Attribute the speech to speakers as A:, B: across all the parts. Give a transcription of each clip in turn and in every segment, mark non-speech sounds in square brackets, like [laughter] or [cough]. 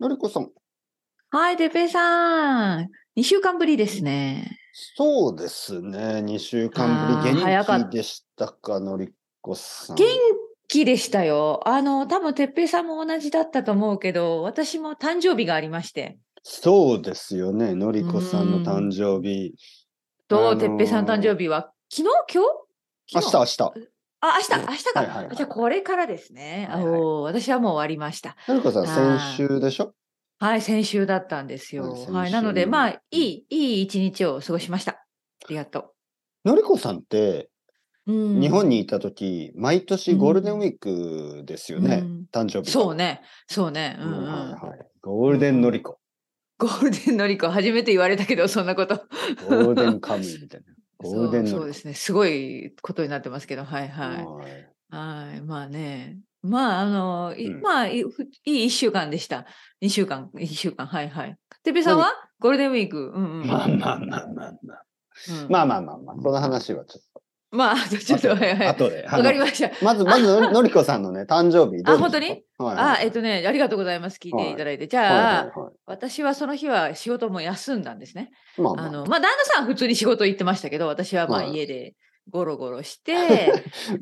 A: のりこさん、
B: はい、てっぺいさん。2週間ぶりですね。
A: そうですね。2週間ぶり、
B: あー早かっ
A: 元気でしたか、のりこさん。
B: 元気でしたよ。あの、多分てっぺいさんも同じだったと思うけど、私も誕生日がありまして。
A: そうですよね。のりこさんの誕生日。
B: と、
A: あのー
B: てっぺいさん誕生日は、昨日
A: 明
B: 今日
A: 日、
B: 昨
A: 明
B: 日
A: 日。
B: あ、明日、明日か。
A: はいはいはい
B: じゃあ、これからですね。
A: はいはい
B: おー私はもう終わりました。
A: のりこさん、
B: あー
A: 先週でしょ
B: はい、先週だったんですよ。
A: はい先週
B: はい、なので、まあ、いい、いい一日を過ごしました。ありがと
A: のりこさんって、
B: う。うん
A: 日本にいた時、毎年ゴールデンウィークですよね。
B: うん
A: 誕生日。
B: そう。ね。そうね。うん、うん。
A: はいはい。ゴールデンのりこ。
B: ゴールデンのりこ初めて言われたけどそんなこと。
A: ゴールデンカムイみたいな。ゴールデン
B: [laughs] そうそ
A: の
B: う
A: り
B: で
A: こ。
B: すね。すごいことになってますけど、はいはい。
A: はい
B: はい、まあね。まあ、あの、い
A: うん
B: まあ、いいい1週間でした。2週間、1週間、はいはい。てっぺいさんはゴールデンウィーク。うんうん。
A: まあまあまあまあまあ。
B: うん
A: まあまあまあまあ、この話はちょっ
B: まあ、ちょ
A: と。
B: っと、はいはい。
A: 後で。
B: わかり
A: ま
B: ました。
A: まず、まずの、のりこさんのね、誕生日どうでした。
B: あ本当に
A: はいはい
B: あ、えっとね、ありがとうございます。聞いていただいて。じ
A: はい
B: ゃ
A: はい
B: あ、
A: は
B: 私はその日は仕事も休んだんですね。
A: い。まあ
B: あ
A: まあ、
B: の、まあ、旦那さんは普通に仕事行ってましたけど、私はまあ
A: はい
B: 家でゴロゴロして、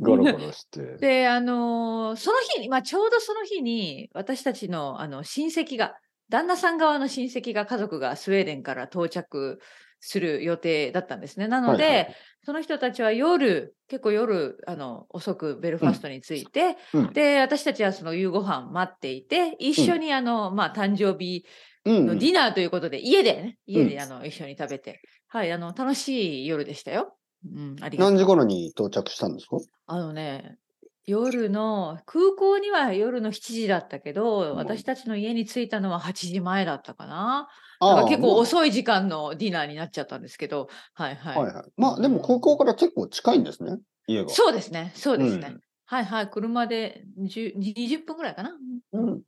A: ゴロゴロして。
B: [laughs] で、あのーその日に、まあ、ちょうどその日に、私たちのあの親戚が、旦那さん側の親戚が、家族がスウェーデンから到着する予定だったんですね。なので、
A: はいはい
B: その人たちは夜、結構夜、あの遅くベルファストに着いて、
A: うん
B: で、私たちはその夕ご飯待っていて、一緒にあの、まあ、誕生日
A: うんう
B: の
A: ん
B: デ。ィナーということで、家でね、家
A: う
B: で
A: ん
B: あの一緒に食べて、はい、あの、楽しい夜でしたよ。うん、ありがとう
A: 何時頃に到着したんですか
B: あのね、夜の、空港には夜の7時だったけど、
A: ん
B: 私たちの家に着いたのは8時前だったかな。だか
A: あ
B: ら結構
A: い。
B: 遅い時間のディナーになっちゃったんですけど、はいはい。
A: はいはい。まあ、でも高校から結構近いんですね、家が。
B: そうですね、そうですね。
A: うん
B: はいはい、車で10 20分ぐらいかな。
A: うん。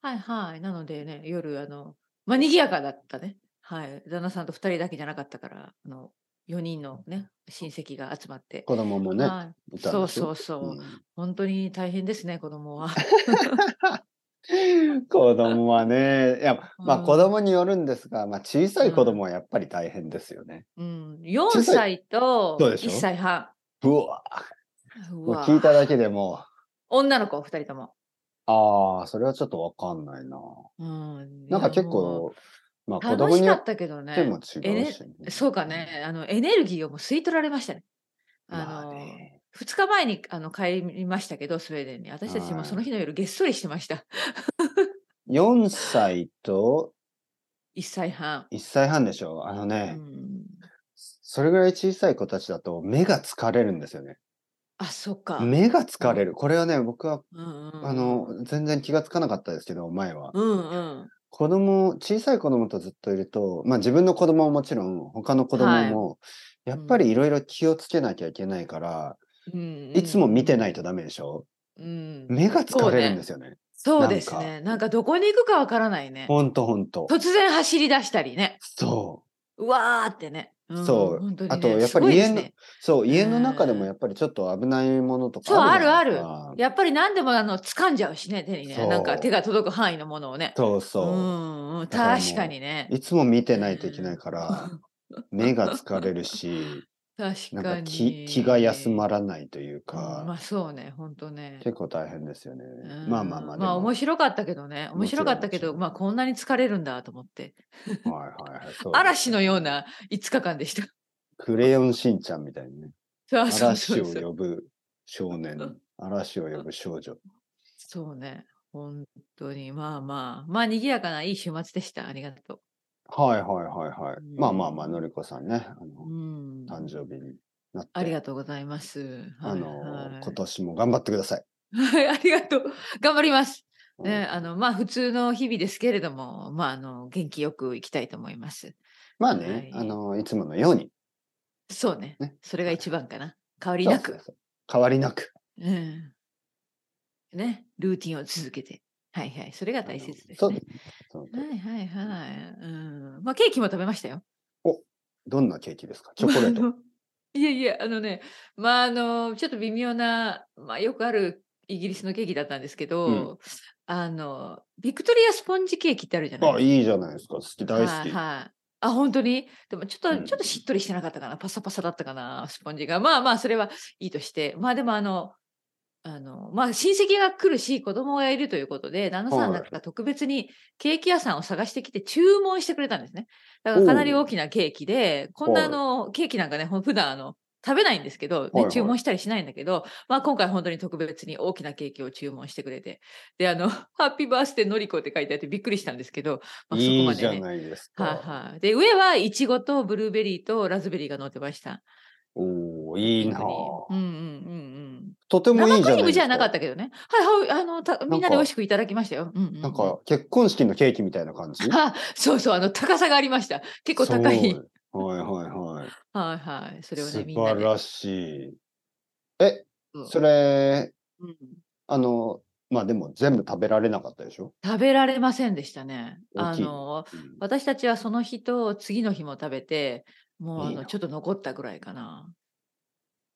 B: はいはい。なのでね、夜、あの、まあ、賑やかだったね。はい。旦那さんと2人だけじゃなかったから、あの、4人のね、親戚が集まって。
A: 子供もね、
B: はいい、
A: たん
B: そう
A: でし
B: そ
A: ょ
B: うそう。
A: うん
B: 本当に大変ですね、子供は。 [laughs]
A: 子供はね、いや、まあ
B: うん
A: 子供によるんですが、まあ小さい子供はやっぱり大変ですよね。
B: うん、
A: 小
B: 4
A: さ
B: 歳と
A: そうでしょ
B: 1歳半。
A: うわ、
B: う
A: もう
B: わ
A: 聞いただけでも
B: 女の子2人とも。
A: う、ああ、それはちょっとわかんないな。
B: うん、
A: なん
B: い
A: か
B: や
A: 結
B: も
A: 構、まあ
B: う
A: 子供
B: 楽
A: に
B: し
A: よ
B: か
A: っ
B: ったけど
A: ても
B: ね。
A: 違
B: え
A: う
B: ね
A: し、
B: そうか。ねあの、エネルギーをもう吸い取られましたね。
A: ま
B: あの
A: あね
B: 2日前にあの帰りましたけど、スウェーデンに。私たち
A: は
B: も
A: い
B: その日の夜、げっそりしてました。
A: 4歳と
B: 1歳半。
A: 1歳半でしょ。あの
B: う
A: ね、
B: ん、
A: それぐらい小さい子たちだと目が疲れるんですよね。
B: あ、そっか。
A: 目が疲れる。これはね、僕は、
B: うんうん、
A: あの、全然気がつかなかったですけど、前は。
B: うんうん。
A: 子供、小さい子供とずっといると、まあ自分の子供ももちろん、他の子供も、やっぱりいろいろ気をつけなきゃいけないから、
B: うん
A: いつも見てないとダメでしょ
B: うん、
A: 目が疲れるんですすよね。
B: そう
A: なん
B: ね。そう
A: か
B: ですね。なんかどこに行くかわからないね。
A: ほんとほんと。
B: 突然走り出したりね。
A: そう
B: わーってね。ん
A: そう
B: 本当にね
A: あとやっ
B: す
A: ぱり
B: ごいで
A: 家
B: す
A: の
B: ね
A: う。そう、家の中で
B: う
A: も
B: ん
A: やっぱりちょっと危ないものと
B: そう
A: かじゃないで
B: あ
A: す
B: る
A: か。
B: やっぱり何でもあの掴んじゃうしね、手に
A: そ
B: ね。
A: う
B: なんか手が届く範囲のものをね。
A: そう
B: う
A: そ
B: んうん、
A: だからもう
B: 確かにね
A: う。。いつも見てないといけない
B: [laughs]
A: から、
B: うん。
A: 目が疲れるし、な
B: 確
A: んか
B: かに。
A: 気気が休まらないという
B: うんま
A: か、
B: あそうね、本当ね。
A: 結構大変ですよね
B: う。ん
A: まあまあまあ、で
B: まあ
A: も
B: 面白かったけどね。面白かったけ
A: もちろ
B: ど、
A: んもちろん
B: まあこんなに疲れるんだと思って。
A: はいはいはいそう
B: 嵐のような5日間でした。
A: クレヨンしんちゃんみたいにね。
B: そうそうそ
A: [laughs] 嵐
B: う
A: を
B: そう
A: 呼ぶ少年、嵐を呼ぶ少女。
B: そうね。本当に。まあまあ。まあ、賑やかないい週末でした。ありがと
A: はいはいはいはい。
B: うん
A: まあまあまあ、のりこさんね、あ
B: う。
A: の
B: うん。
A: 誕生日になって。
B: ありがとうございます。
A: あの、
B: はいはい
A: 今年も頑張ってください。
B: はい、ありがとう。 [laughs] 頑張ります。ね、
A: うん
B: あの、まあ、普通の日々ですけれども、まあ、あの、元気よくいきたいと思います。
A: まあね、
B: はい
A: あの、いつものように。
B: そうね。
A: ね
B: それが一番かな。変わりな
A: そう
B: く。
A: そうそう変わりなく。
B: うん。ね、ルーティンを続けて。はいはい。それが大切です、ね。
A: そうですね。そうです
B: はいはいはい。うん。まあ、ケーキも食べましたよ。
A: どんなケーキです
B: [laughs]
A: かチョコレー
B: まあ
A: ト。
B: あのいやいや、あのね、まああの、ちょっと微妙な、まあよくあるイギリスのケーキだったんですけど、
A: うん
B: あの、ビクトリアスポンジケーキってあるじゃない
A: あ、いいじゃないですか。好き、大好
B: は
A: き。
B: いはい。あ、本当にでもちょっと、
A: うん
B: ちょっとしっとりしてなかったかな。パサパサだったかな、スポンジが。まあまあ、それはいいとして。まあでも、あの、あの、まあ親戚が来るし、子供がいるということで、旦那さん
A: はい
B: なんか特別にケーキ屋さんを探してきて注文してくれたんですね。だからかなり
A: おう
B: 大きなケーキで、こん
A: は
B: ないあの、ケーキなんかね、ほん普段あの、食べないんですけど、ね
A: はいはい
B: 注文したりしないんだけど、まあ今回本当に特別に大きなケーキを注文してくれて、で、あの、ハッピーバースデーのりこって書いてあってびっくりしたんですけど、まあ、そこ
A: い
B: ま
A: いじ
B: で
A: ゃ
B: ね、
A: ないですか。
B: はいはい。で、上はイチゴとブルーベリーとラズベリーが乗ってました。
A: おお、いいなあ。
B: うんうんうん
A: とて
B: うん。
A: もいい
B: 生
A: じ
B: ク
A: ゃ
B: リ
A: ない
B: ー
A: で
B: ム
A: す
B: じ
A: か。
B: ゃなかったけどね。はいはい。あのたみんなで美味しくいただきましたよ。うんうんうん
A: なん
B: [laughs]
A: か結婚式のケーキみたいな感じ。
B: あそうそう、あの高さがありました。結構高い。
A: すごい。はいはいはい。
B: はいはい。それをね、
A: 素
B: みんな
A: 晴
B: で。
A: らしい。え、
B: うん
A: それ、
B: うん
A: あの、まあでも全部食べられなかったでしょ、
B: 食べられませんでしたね。
A: 大
B: あ
A: きい
B: の、私たちはその日と次の日も食べて、もうあ
A: いいな
B: のちょっと残ったぐらいかな。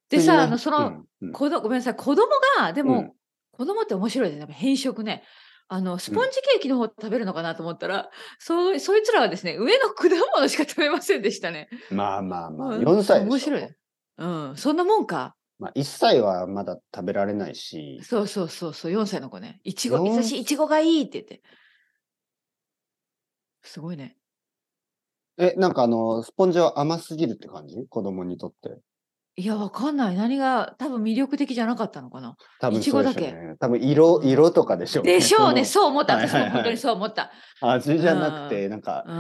A: で
B: でさ、あのその、、
A: うんうん
B: 子どごめんなさい子供がで
A: う
B: も、
A: ん
B: 子供って面白いですねやっぱ偏食ねあのスポンジケーキの方食べるのかなと思ったら、そうそいつらはですね上の果物しか食べませんでしたね。
A: まあまあまあ、
B: うん
A: 4歳でしょ。
B: 面白い。うん、そんなもんか。
A: まあ1歳はまだ食べられないし、
B: そうそうそうそう、4歳の子ね。いちご、
A: 四
B: 私、いちごがいいって言って。すごいね。
A: え、なんかあの、スポンジは甘すぎるって感じ子供にとって。
B: いや、わかんない。何が多分魅力的じゃなかったのかな。
A: 多分
B: いち
A: そう
B: ご
A: で
B: だ
A: しょ
B: け
A: うね。多分色、色とかでしょうね。
B: でしょう
A: [laughs]
B: ね。
A: そ
B: そう思った。
A: はい
B: 私
A: はいはい
B: も本当にそう思った。
A: の味じゃなくて、なんか
B: う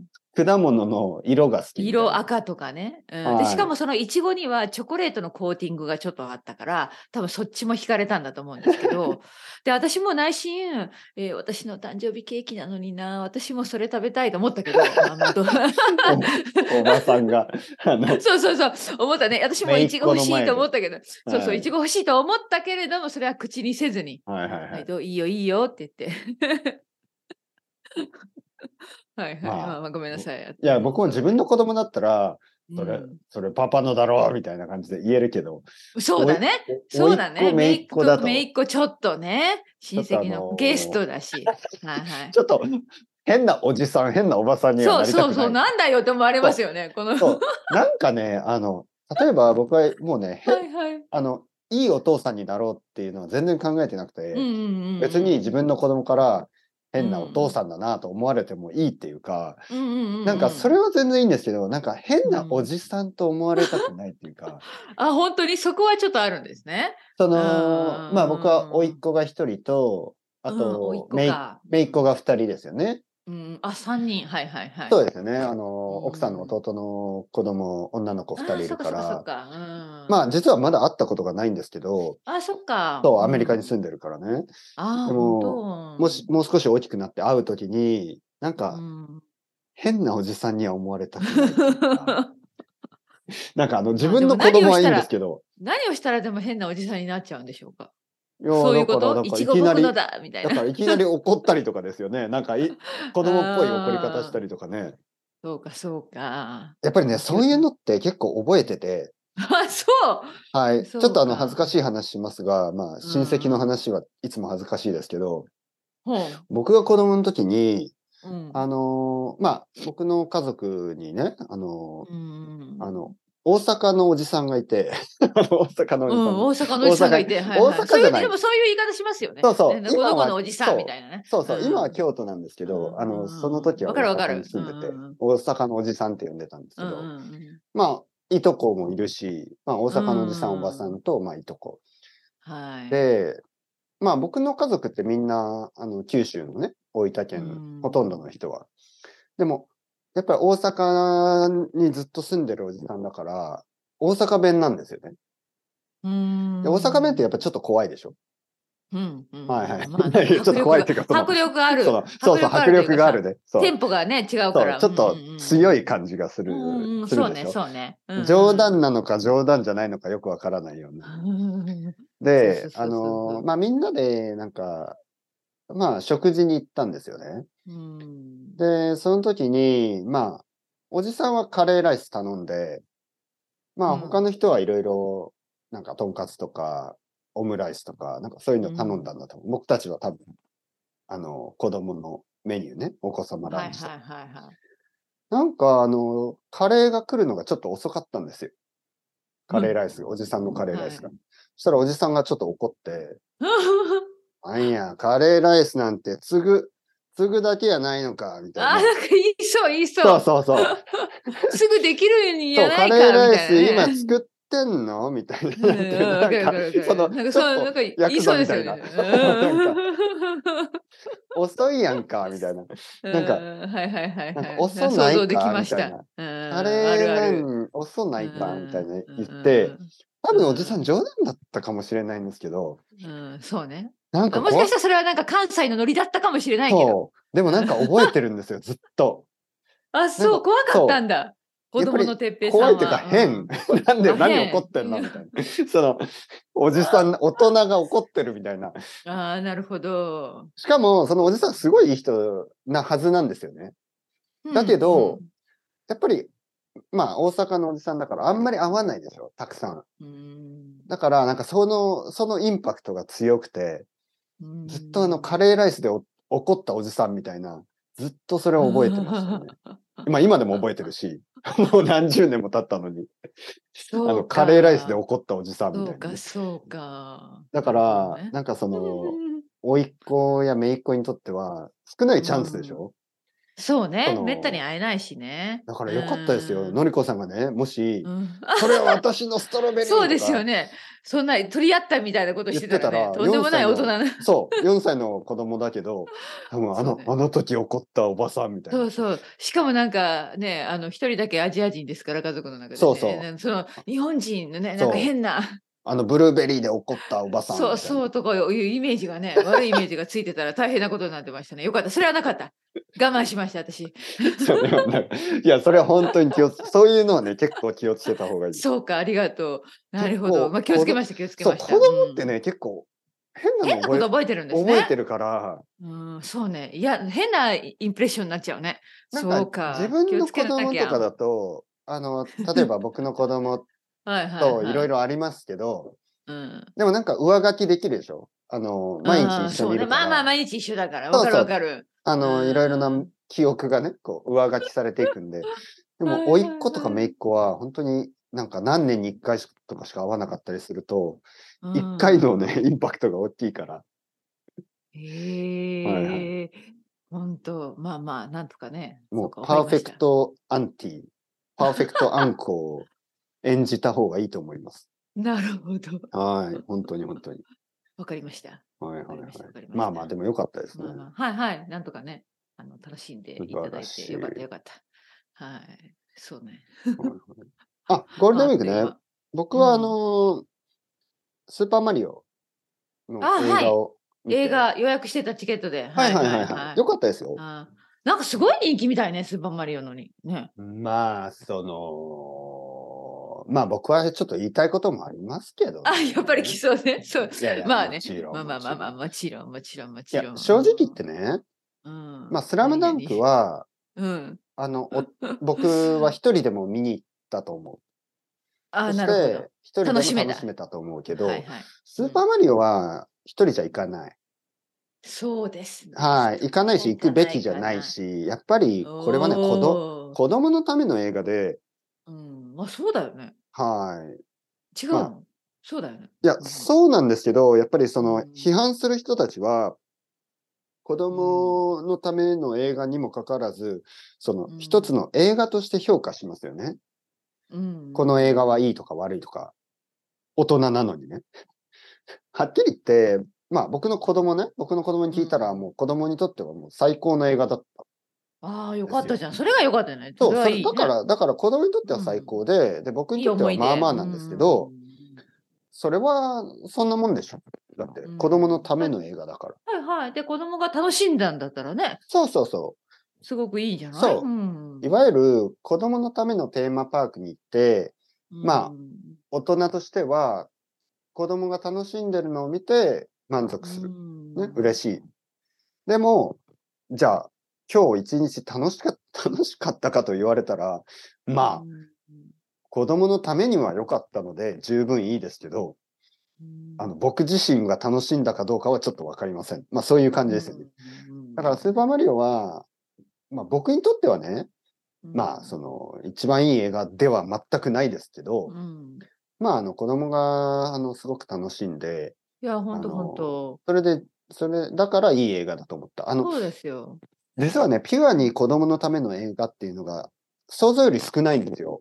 B: ん。
A: 果物の色が好きみたいな。
B: 色赤とかね、うん
A: はい
B: でしかもそのいちごにはチョコレートのコーティングがちょっとあったから多分そっちも惹かれたんだと思うんです
A: [laughs]
B: けどで私も内心、えー私の誕生日ケーキなのにな私もそれ食べたいと思ったけどあのど
A: おばさんが、 [laughs] あの、
B: [laughs] そうそうそう思ったね私も
A: 姪っ子の前で
B: いちご欲しいと思ったけど、そうそ
A: は
B: う
A: い
B: いちご欲しいと思ったけれどもそれは口にせずに
A: はいはいは
B: はい
A: い。
B: どういいよいいよって言って。 [laughs] はいはい、
A: まあ
B: まあまあごめんなさい。
A: いや、僕も自分の子供だったら、それ、
B: うん
A: それパパのだろうみたいな感じで言えるけど、
B: そうだね。そうだ
A: 甥っ子
B: ね。
A: 姪
B: め
A: っ
B: いっ
A: 子
B: 子
A: だ
B: だ
A: と
B: と。めいっ子ちょっとね。親
A: ちょっと
B: 戚
A: あの
B: の
A: ー
B: ゲストだし。はいはい。
A: ちょっと変なおじさん、変なおばさんには
B: そ
A: なりたく
B: うそ
A: な
B: う
A: い。
B: そう。なんだよって思われますよね。この。
A: そ
B: は
A: うなんかね、あの、例えば僕はもうね、へ
B: いはい。
A: あの、いいお父さんになろうっていうのは全然考えてなくて、
B: うんうんうん。
A: 別に自分の子供から変なお
B: うん
A: 父さんだなと思われてもいいっていうか、
B: うんうんうんうん。
A: なんかそれは全然いいんですけど、なんか変なおじさんと思われたくないっていうか、
B: あ、本当にそこはちょっとあるんですね。
A: その、
B: あー
A: まあ僕は甥っ子が一人と、あ
B: うん、甥っ
A: と、
B: 子
A: めい
B: か
A: めいっ子が二人ですよね。
B: うん、あ、三人。はいはいはい。
A: そう
B: で
A: ですよね。あの、
B: うん
A: 奥さんの弟の子供、女の子二人いるか
B: あ、そっ
A: ら、
B: かそっかそっか。うん、
A: まあ実はまだ会ったことがないんですけど、
B: あ、そっか。
A: そう、アメリカに
B: る。
A: 住んでるからね。
B: あー、
A: でも
B: 本当
A: もし、、もう少し大きくなって会うときに、なん
B: う
A: か、
B: ん、
A: 変なおじさんには思われたくないっていう
B: [laughs]
A: か。なんかあの、自分の子
B: でも何を
A: 供はいい
B: した
A: ん
B: ら
A: ですけど。
B: 何をしたらでも変なおじさんになっちゃうんでしょうか。
A: いや
B: そういうこ
A: だから
B: と
A: なん
B: い
A: か
B: ち
A: い
B: ご
A: きな
B: 僕
A: り、
B: の
A: だ
B: だみたいな。
A: からいきなり怒ったりとかですよ
B: [laughs]
A: ね。なんかい、子供っぽい怒り方したりとかね。
B: そうか、そうか。 [laughs]
A: やっぱりね、そういうのって結構覚えてて、
B: あ、そう。
A: はい。ち
B: そ
A: ょ
B: う
A: っ
B: か
A: とあの、恥ずかしい話しますが、まあ、親戚の話はいつも恥ずかしいですけど、
B: ほ
A: 僕が子供の時に、
B: う。うん。
A: あのーまあ、僕の家族にね、あのー
B: うん、
A: あの、大阪のおじさんがいて、 [laughs] あの大阪の
B: う
A: お
B: ん、
A: じさんが、
B: 大阪のおじさんがいて、
A: 大阪
B: はい、はい。
A: 大阪
B: そ
A: じ
B: うい
A: ゃ
B: う
A: ない
B: でもそういう言い方しますよね。
A: そうそう
B: ね
A: 今
B: 子
A: は
B: 供のおじさ
A: そうん
B: みたいなね。
A: そうそう、
B: うん
A: 今は京都なんですけど、
B: うん
A: あの、その時は
B: わかる
A: 大
B: わかる
A: 阪に住んでて
B: うんうんうん、
A: 大阪のおじさんって呼んでたんですけ
B: うんう
A: ど、
B: んうん。
A: まあ、いとこもいるし、まあ、大阪のおじさん、
B: うん
A: おばさんと、まあ、いとこ。
B: はい。
A: で、まあ、僕の家族ってみんな、あの、九州のね、大分県
B: うん
A: のほとんどの人は。でも、やっぱり大阪にずっと住んでるおじさんだから、大阪弁なんですよね。
B: うん。
A: で大阪弁ってやっぱちょっと怖いでしょ
B: うん、うん。
A: はい [laughs] はい。
B: まあね
A: ちょっと怖いっていうか、その
B: 迫力がある。
A: そのそうそう、迫
B: とい
A: 力
B: か
A: がある。ね。そう
B: テンポがね、違う
A: そ
B: から。
A: うちょっと強
B: い。
A: い感じがす
B: う
A: る。
B: んうんうん、
A: する
B: そう
A: でし
B: ね、
A: ょ
B: そうね。うんうん
A: 冗談なのか冗談じゃないのかよくわからないような。で、
B: そうそうそうそう
A: あのー、まあみんなで、なんか、まあ食事に行ったんですよね。
B: うん
A: で、その時に、まあ、おじさんはカレーライス頼んで、ま
B: う
A: あ
B: ん
A: 他の人はいろいろ、なんかとんかつとか、オムライスとか、なんかそういうの頼んだんだと思う。僕たちは多分あの、子供のメニューね、お子様
B: は
A: ラ
B: い
A: ンチと。
B: はいはいはい。
A: なんか、あの、カレーが来るのがちょっと遅かったんですよ。カレーライスが、おじさんのカレーライスが。そしたらおじさんがちょっと怒って、なんや、カレーライスなんて継ぐ、継ぐだけやないのか、みた
B: [laughs] あ、
A: いな。
B: なんか言いそう言いそう。
A: そうそうそう。そう、
B: すぐできるんやな
A: カ
B: いか
A: レーラ
B: み
A: イ
B: たいな
A: ス
B: ね。
A: 今作ってんの [laughs] みたいな。
B: うんうん
A: な
B: わ
A: ん
B: かるわかるわ
A: か
B: かる
A: その、
B: なんか
A: ちょ
B: そう、
A: っ
B: なん
A: と
B: か言
A: ヤ
B: い
A: ク
B: そ
A: ザ
B: うで
A: み
B: す
A: た
B: よ
A: い
B: ね
A: な。
B: うん
A: 遅いやんか、みたいな。なんか
B: うんはいはいはい
A: なん
B: は
A: か
B: い。
A: 遅ないか
B: 想像できまし
A: みた
B: た。
A: いな
B: うん
A: カレーな
B: あるある
A: ん、遅ないか、みたいな言っ
B: う
A: て、
B: ん
A: 多分おじさん冗談だったかもしれないんですけど、
B: うんうんうん、そうね。
A: なんか
B: もしかした
A: た
B: らそれはなんか関西のノリだったかもしれないけど。
A: そう。でもなんか覚えてるんですよ、ずっと。
B: あ、
A: なん
B: そう、
A: か
B: 怖かったんだ。
A: そう
B: 子
A: やっぱり
B: 供のてっぺいさん
A: 怖
B: は。
A: いっていうか変。 [laughs] なんで
B: あ
A: 何
B: 変
A: 怒ってんのみたいな。その、おじさん、大人が怒ってるみたいな。
B: うんああ、なるほど。
A: しかも、そのおじさんすごいいい人なはずなんですよね。
B: うん
A: だけど、やっぱり、まあ大阪のおじさんだからあんまり合わないでしょ、たくさん。
B: うん
A: だから、なんかその、そのインパクトが強くて、
B: うん
A: ずっとあのカレーライスでお怒ったおじさんみたいな、ずっとそれを覚えてましたね。
B: [laughs]
A: まあ今でも覚えてるし、もう何十年も経ったのに、あ
B: そう
A: の
B: か
A: カレーライスで怒ったおじさん
B: そ
A: みた
B: う
A: いな
B: か、
A: ね。
B: そうか。
A: だから、なんかそ
B: うん
A: の、甥っ子や姪っ子にとっては少ないチャンスでしょ、
B: [laughs] そう
A: そ
B: ね。
A: の
B: めったに会えないしね。
A: だからよかったですよ。
B: うん
A: のりこさんがね、もし
B: う、ん
A: それは私のストロベリーとか
B: そうですよね。そんな取り合ったみたいなことしてたらね、
A: 言ってたら
B: とんでもない大
A: 4
B: 人
A: 歳
B: な。
A: そう、4歳の子供だけ
B: [laughs]
A: ど、多分あ
B: そ
A: の、
B: うね
A: あの時怒ったおばさんみたい
B: そ
A: な
B: う。そう。しかもなんかね、あの一人だけアジア人ですから家族の中で、ね。
A: そうそう
B: なんその日本人のね、
A: そ
B: な
A: う
B: なんか変な、
A: あのブルーベリーで怒ったおばさんみたい
B: そう
A: な。
B: そうとかいうイメージがね、悪いイメージがついてたら大変なことになってましたね。よかった。それはなかった。我慢しました、私。
A: そうでもなんか [laughs] いや、それは本当に気をつ、そういうのはね、結構気をつけた方がいい。
B: そうか、ありがとう。なるほ
A: 結
B: ど。
A: 構
B: まあ気をつけました、気をつけ
A: そう、
B: ま
A: 子
B: した。
A: 供って
B: うん
A: ね、結構変な
B: 変
A: の
B: なこ
A: 覚え
B: と覚えてるんですね。
A: 覚えてるから、
B: うん、そうね。いや、変なインプレッションになっちゃうね。
A: な
B: そ
A: ん
B: うか
A: か。自分
B: 気を
A: の
B: つ
A: 子
B: けな
A: 供
B: き
A: と
B: ゃ
A: かだと、あの、例えば僕の子供
B: [laughs] はいはい
A: といろい
B: ろ。
A: ろありますけど、
B: うん
A: でもなんか上書きできるでしょあの、毎
B: あー
A: 日一緒にい
B: そうね
A: るか
B: まあまあ、
A: ら、
B: 毎日一緒だから。
A: そうそ
B: わか
A: う
B: るわかる。
A: あの、
B: うん
A: いろいろな記憶がね、こう、上書きされていく
B: [laughs]
A: んで、で
B: はい
A: も、
B: はい
A: 甥
B: はい
A: っ子とか姪っ子は、本当になんか何年に一回とかしか会わなかったりすると、
B: 一
A: 一回の。ね、インパクトが大きいから、
B: へ
A: はいは
B: え。本当、まあまあ、なんとかね。
A: もう
B: そうか
A: パー
B: わ
A: フ
B: かり
A: ェ
B: ました
A: クトアンティ、パーフェクトアンコを演じた方がいいと思います。
B: なるほど。
A: はい、本当に本当に。
B: わかりました。
A: はいはいはい
B: わかりましたわかりました
A: まあまあ、でもよかったですね
B: まあ。まあ、はいはい。なんとかね、あの楽しんでいただい、
A: 素晴らしてい
B: よかったよかった。はい。そうね。
A: はいはいあ、ゴールデンウィーク
B: あ
A: ね
B: っという間、
A: 僕は
B: うん
A: あのースーパーマリオの
B: あ
A: 映画を見て
B: 映。画予約してたチケットで。
A: はいはいはいはい。よかったですよ。
B: あーなんかすごい人気みたいね、スーパーマリオのに。ね。
A: まあ、その、まあ僕はちょっと言いたいこともありますけどね、
B: あ、やっぱり来そうね。そう。
A: いやいや
B: まあね
A: もちろん
B: まあまあまあまあ、
A: も
B: もちろん、もちろん、も
A: ち
B: ち
A: ろん
B: ろ
A: いや、
B: ん。
A: 正直言ってね、
B: うん、
A: まあ、スラムダンクは、
B: 何々。うん。
A: あの、お僕は一人でも見に行ったと思う。
B: [laughs] あ
A: そし
B: ー、なるほ
A: て、一人でも
B: 楽しめた
A: 楽しめたと思うけど、
B: ど。はいはい。
A: スーパーマリオは一人じゃ行かない。
B: そうですね。
A: はい、行かないし、行くべきじゃないし、やっぱりこれはね、子ど
B: 供
A: 子供のための映画で、
B: うん。まあそうだよね。
A: はい。
B: 違うの、
A: ま
B: そうだよね。
A: いや、
B: うん
A: そうなんですけど、やっぱりその
B: うん
A: 批判する人たちは、子供のための映画にもかかわらず、その
B: うん
A: 一つの映画として評価しますよね。
B: うん。
A: この映画はいいとか悪いとか、大人なのにね。 [laughs] はっきり言って、まあ僕の子供ね、僕の子供に聞いたら、
B: うん
A: もう子供にとってはもう最高の映画だった。
B: ああ、よかったじゃん。それがよかったよね。
A: そう、
B: れ
A: そ
B: は
A: れ
B: いいね
A: だから、だから子供にとっては最高で、で、僕にとってはい
B: い
A: まあまあなんですけど、、それはそんなもんでしょ。だって
B: うん
A: 子供のための映画だから。
B: 思い出うんはいはい。で、子供が楽しんだんだったらね、
A: そうそうそ
B: すごくいいんじゃない
A: そう
B: うん
A: う。いわゆる子供のためのテーマパークに行って、まあ
B: うん
A: 大人としては子供が楽しんでるのを見て満足する。ね、嬉しい。でも、じゃあ、今日一日楽しか [laughs] った、楽しかったかと言われたら、まあ、
B: うん
A: 子供のためには良かったので十分いいですけど、あの僕自身が楽しんだかどうかはちょっとわかりません。まあそういう感じですよね。だからスーパーマリオは、まあ僕にとってはね、まあその一番いい映画では全くないですけど、
B: うん
A: まああの子供があのすごく楽しんで、
B: いや、ほんと
A: あの
B: ほんと。
A: それで、それだからいい映画だと思った。あの、
B: そうですよ。
A: 実はね、ピュアに子供のための映画っていうのが想像より少ないんですよ。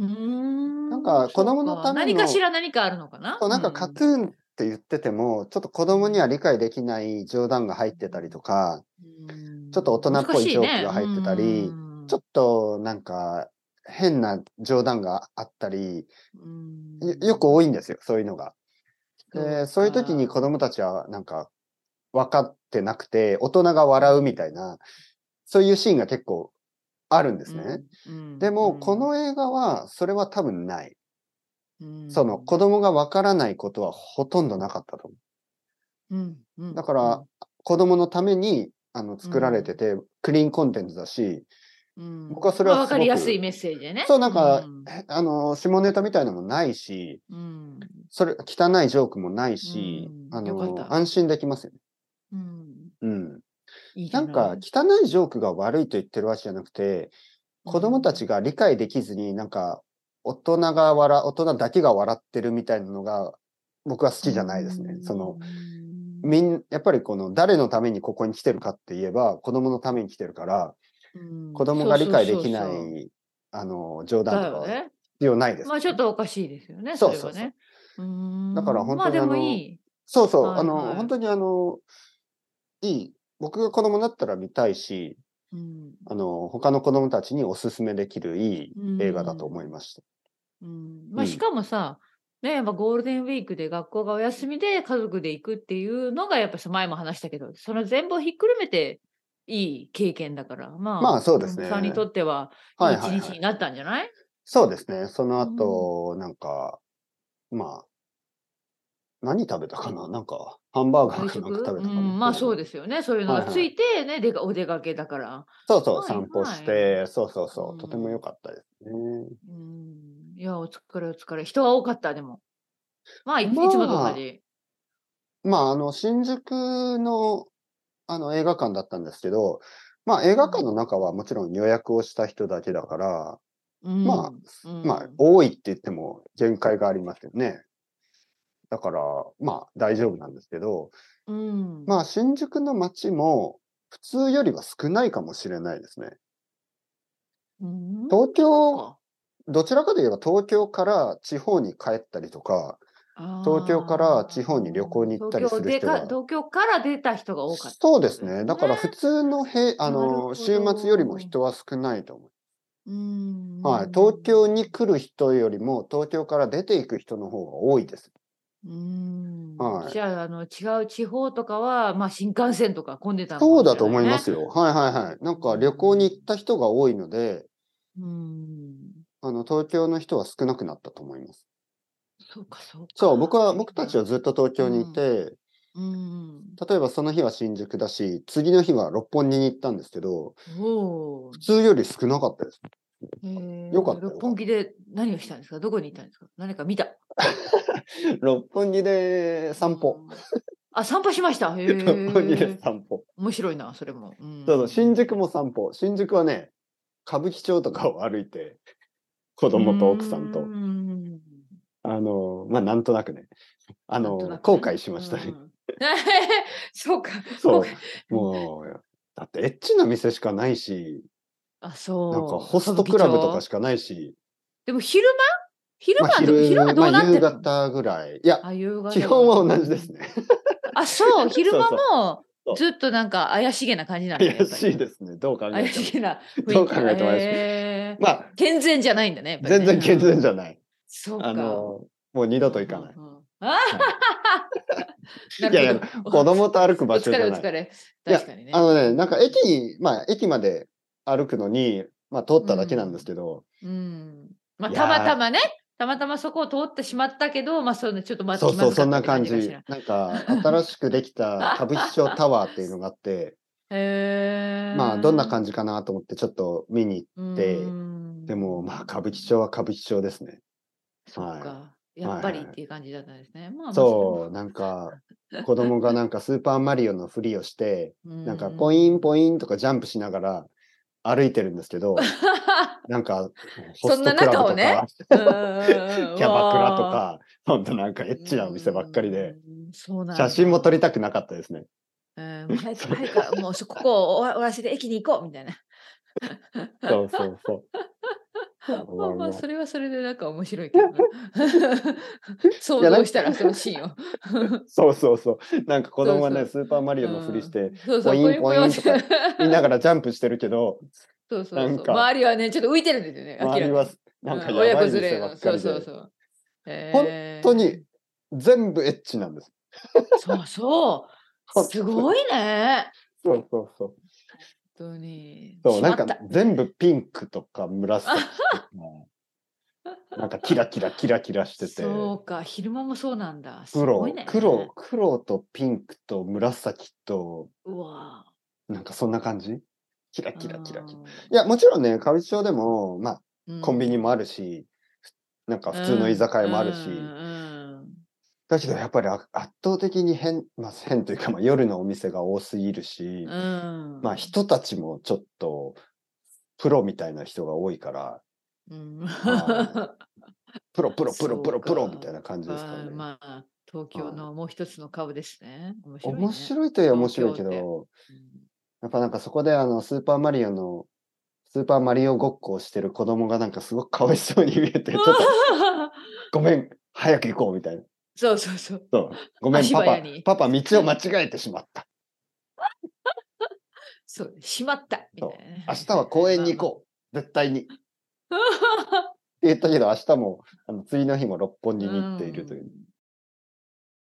B: うーん。
A: なんか子供の
B: そうか
A: ための
B: 何かしら何かあるのかな
A: そうなんかカトゥーンって言ってても、ちょっと子供には理解できない冗談が入ってたりとか、
B: うん
A: ちょっと大人っぽい
B: 難しね
A: ジョークが入ってたり
B: うん
A: ちょっとなんか変な冗談があったり、
B: うん
A: よよく多いんですよ、そういうのが。
B: そう
A: で、
B: か
A: そういう時に子供たちはなんか分かってなくて、大人が笑うみたいな、そういうシーンが結構あるんですね。
B: うんうん
A: でも、
B: うん
A: この映画はそれは多分ない。
B: うん
A: その子供が分からないことはほとんどなかったと思う。
B: うんうん
A: だから子供のためにあの作られてて、クリーンコンテンツだし、
B: うん
A: 僕はそれは
B: まあわかりや
A: すごく
B: すいメッセージでね。
A: そうなんかへあの、下ネタみたいなのもないし、
B: うん、
A: それ、汚いジョークもないし、
B: うん
A: あ
B: よかっ
A: の、
B: た
A: 安心できますよね。
B: うんうん
A: うん。
B: いいじ
A: な
B: ゃい
A: んか、汚いジョークが悪いと言ってるわけじゃなくて、子供たちが理解できずに、なんか、大人が笑、大人だけが笑ってるみたいなのが、僕は好きじゃないですね。その、、
B: うん
A: みん、やっぱりこの、誰のためにここに来てるかって言えば、子供のために来てるから、
B: うん
A: 子供が理解でき
B: そう
A: な
B: そうそうそう
A: い、あの、冗
B: だ
A: 談と
B: よ
A: かは
B: ね。
A: 必要ないです
B: ま。あちょっとおかしいですよね。
A: そ
B: そうれ
A: そうそう
B: はね。だ
A: だから本当に
B: まあで
A: あの
B: もいい。
A: そうそう、
B: はい
A: あの、
B: はい
A: 本当にあの、いい、僕が子供だったら見たいし、
B: うん
A: あの、他の子供たちにおすすめできるいい映画だと思いました。
B: うんま
A: うん
B: あ、しかもさ、ね、やっぱゴールデンウィークで学校がお休みで家族で行くっていうのがやっぱさ前も話したけどその全部をひっくるめていい経験だからまあ、
A: まあそうですね
B: 子供さんにとっては
A: はいい
B: い一
A: はい、
B: 日
A: は
B: に
A: い。
B: なったんじゃない、
A: そうですね。その後、なんか、まあ、何食べたかななんか、ハンバーガー
B: 外
A: かなん
B: 食
A: か食べたかな、。
B: うん、まあそうですすよねそういうの
A: はい
B: が
A: はい
B: ついて、ねでかお出かけだから、
A: そうそう、
B: はい
A: 散歩して、
B: は
A: そうそうそうう、
B: ん
A: とても良かったですね。
B: うん、いやお疲れお疲れ人は多かったでもまあい,、
A: まあ
B: つもと同じ、
A: まあ、あの、新宿の、あの、映画館だったんですけど、まあ、映画館の中はもちろん予約をした人だけだから、
B: うん
A: ま
B: うん
A: まあ、多いって言っても限界がありますよね。だから、まあ、大丈夫なんですけど、
B: うん
A: まあ、新宿の街も、普通よりは少ないかもしれないですね。
B: うん
A: 東京、
B: あ
A: どちらかといえば東京から地方に帰ったりとか、東京から地方に旅行に行ったりする人が
B: が東京でか東京から出た人が多かった
A: そうですね。だから普通のへ、あ
B: なるほ
A: の、
B: ど
A: 週末よりも人は少ないと思う。
B: うん
A: はい、東京に来る人よりも東京から出ていく人の方が多いです。
B: うん、
A: はい
B: じゃああの違う地方とかは、まあ、新幹線とか混んでたのか
A: そう
B: もしれな
A: だと思います
B: ね、
A: よ。はいはいはい。なんか旅行に行った人が多いので、
B: うん
A: あの東京の人は少なくなったと思います。
B: そうかそうか
A: そう、僕は僕たちはずっと東京にいて、
B: うん
A: 例えばその日は新宿だし、次の日は六本木に行ったんですけど、
B: お
A: 普通より少なかったです。
B: ー
A: よかったよ
B: 六本木で何をしたんですかどこに行ったんですか何か見た
A: 六本木で散歩。
B: あ散歩しましたへ
A: [laughs] 六本木で
B: え
A: 散歩。
B: 面白いなそれも、うん
A: そうそう、新宿も散歩。新宿はね、歌舞伎町とかを歩いて、子供と奥さんと。
B: うん
A: あの、まあ、なんとなくね。あ
B: なん
A: の、
B: となく
A: 後
B: ね
A: 悔しました
B: う
A: ね。
B: ん [laughs] そうか。
A: そ
B: そうう。
A: もう、だってエッチな店しかないし、
B: あ、そう。
A: なんかホストクラブとかしか
B: 歌舞伎町
A: ないし、
B: でも昼間昼間
A: まあ、
B: はでも昼間はどう
A: ま
B: なっ
A: あ、
B: て
A: 夕
B: るの、
A: 方ぐらい。いや、
B: あ、夕方。
A: 基本は同じです。ね。
B: あ、そう。昼
A: [laughs]
B: 間
A: そう
B: も
A: そう
B: ずっとなんか怪しげな感じなんだね
A: 怪
B: やっぱ
A: しい
B: り
A: ですね。どう考え
B: 怪
A: ても
B: し。げな雰囲気。
A: どう考えても怪しい
B: へー
A: まあ、
B: 健全じゃないんだね。やっぱり
A: 全
B: ね
A: 然健。全じゃない。
B: そうか。
A: あの、もう二度と行かない。
B: うんうんあー
A: いやい
B: [laughs]
A: や
B: なるほど
A: 子供と歩く場所じゃ
B: お
A: な
B: 疲れお疲
A: い。
B: れ。
A: いや
B: 確かにね。
A: あのね、なんか駅に、まあ、駅まで歩くのに、まあ、通っただけなんですけど、
B: うんまあ、
A: いや
B: た
A: ー
B: またまね、たまたまそこを通ってしまったけど、まあ、そのちょっとまず
A: そうそう、そんな
B: 気ま
A: 感
B: ずかったって
A: じ
B: かしら。
A: なんか、新しくできた
B: [laughs]
A: 歌舞伎町タワーっていうのがあって、
B: へえ。
A: まあ、どんな
B: じ
A: 感じかなと思って、ちょっと見に行って、でも、まあ、歌舞伎町は歌舞伎町ですね。
B: そうか。やっぱりっていう感じだったんですね。まあ、
A: そう、なんか、子供がなんかスーパーマリオのふりをして、
B: う、な
A: なんか
B: [laughs]
A: ポインポインとかジャンプしながら歩いてるんですけ
B: [laughs]
A: ど、なんか、ホストクラブと
B: そんな中を
A: か、
B: ねキャ
A: キャバクラとか、ほんとなんかエッチなお店ばっかりで、。
B: うんそうなんだ
A: 写真も撮りたくなかったです
B: [laughs]
A: ね。
B: うん、もう早く早くもうそこをおわおわしで駅に行こうみたいな。
A: そうそう
B: [laughs]
A: そう。
B: まあま
A: もう
B: あ、それはそれでなんか面白いけどな。 [laughs] 想
A: いやなん
B: 像
A: か
B: したらそのシーンを。
A: そうそうそう。なんか子供がね、
B: そう
A: スーパーマリオのふりして、
B: うん、そうそ
A: ポ
B: う
A: インポインとか
B: ポイポイ
A: 見
B: ン
A: ながらジャンプしてるけ
B: [laughs]
A: ど、
B: そうそうそう
A: なんか
B: 周りはね、ちょっと浮いてるんですよね。明らか
A: 周
B: に
A: りはなんか
B: うん
A: やばい
B: 親子連
A: 店
B: れ
A: ば
B: の。
A: っか
B: そ
A: り
B: う
A: で、
B: そう
A: 本
B: そう。
A: 当
B: え
A: に全部エッチなんです。
B: ーそうそう。すごいね。
A: そうそうそう。
B: 本当に。
A: そう、なん
B: しま
A: か
B: っ
A: 全部ピンクとか紫と
B: [laughs]
A: か、なんかキラキラキラキラしたてて、
B: そうか、昼間もそうなんだ。す
A: 黒
B: ごい、ね。
A: 黒、。黒とピンクと紫と、
B: うわ
A: なんかそんな感じキラ
B: ー。
A: キラキラキラ。
B: ラ。
A: いや、もちろんね、歌舞伎町でも、まあ、
B: うん
A: コンビニもあるし、なんか普通の居酒屋もあるし、
B: うん
A: だけどやっぱりあ圧倒的に変、まあ、変というか、まあ、夜のお店が多すぎるし
B: うん、うん
A: まあ人たちもちょっとプロみたいな人が多いから、
B: うん
A: あプロプロプロプロプロ
B: そうか
A: みたいな感じですか
B: あー
A: ね。
B: [laughs] まあ東京のもう一つの顔ですね。面白い、ね。
A: 面白いといえば面白いけ
B: 東
A: ど、やっぱなんかそこであのスーパーマリオのスーパーマリオごっこをしてる子供がなんかすごくかわいそうに見えて、ちょっと
B: うん
A: ごめん、早く行こうみたいな。
B: そうそうそう。
A: そうごめん、
B: 足
A: パ
B: 早
A: パ
B: に、
A: パパ、道を間違えてしまった。
B: そうしまったみた
A: そ
B: いうなね。
A: 明日は公園に行こう。絶対に。って
B: [laughs]
A: 言ったけど、明日も、あの次の日も六本木に行っているという。
B: ん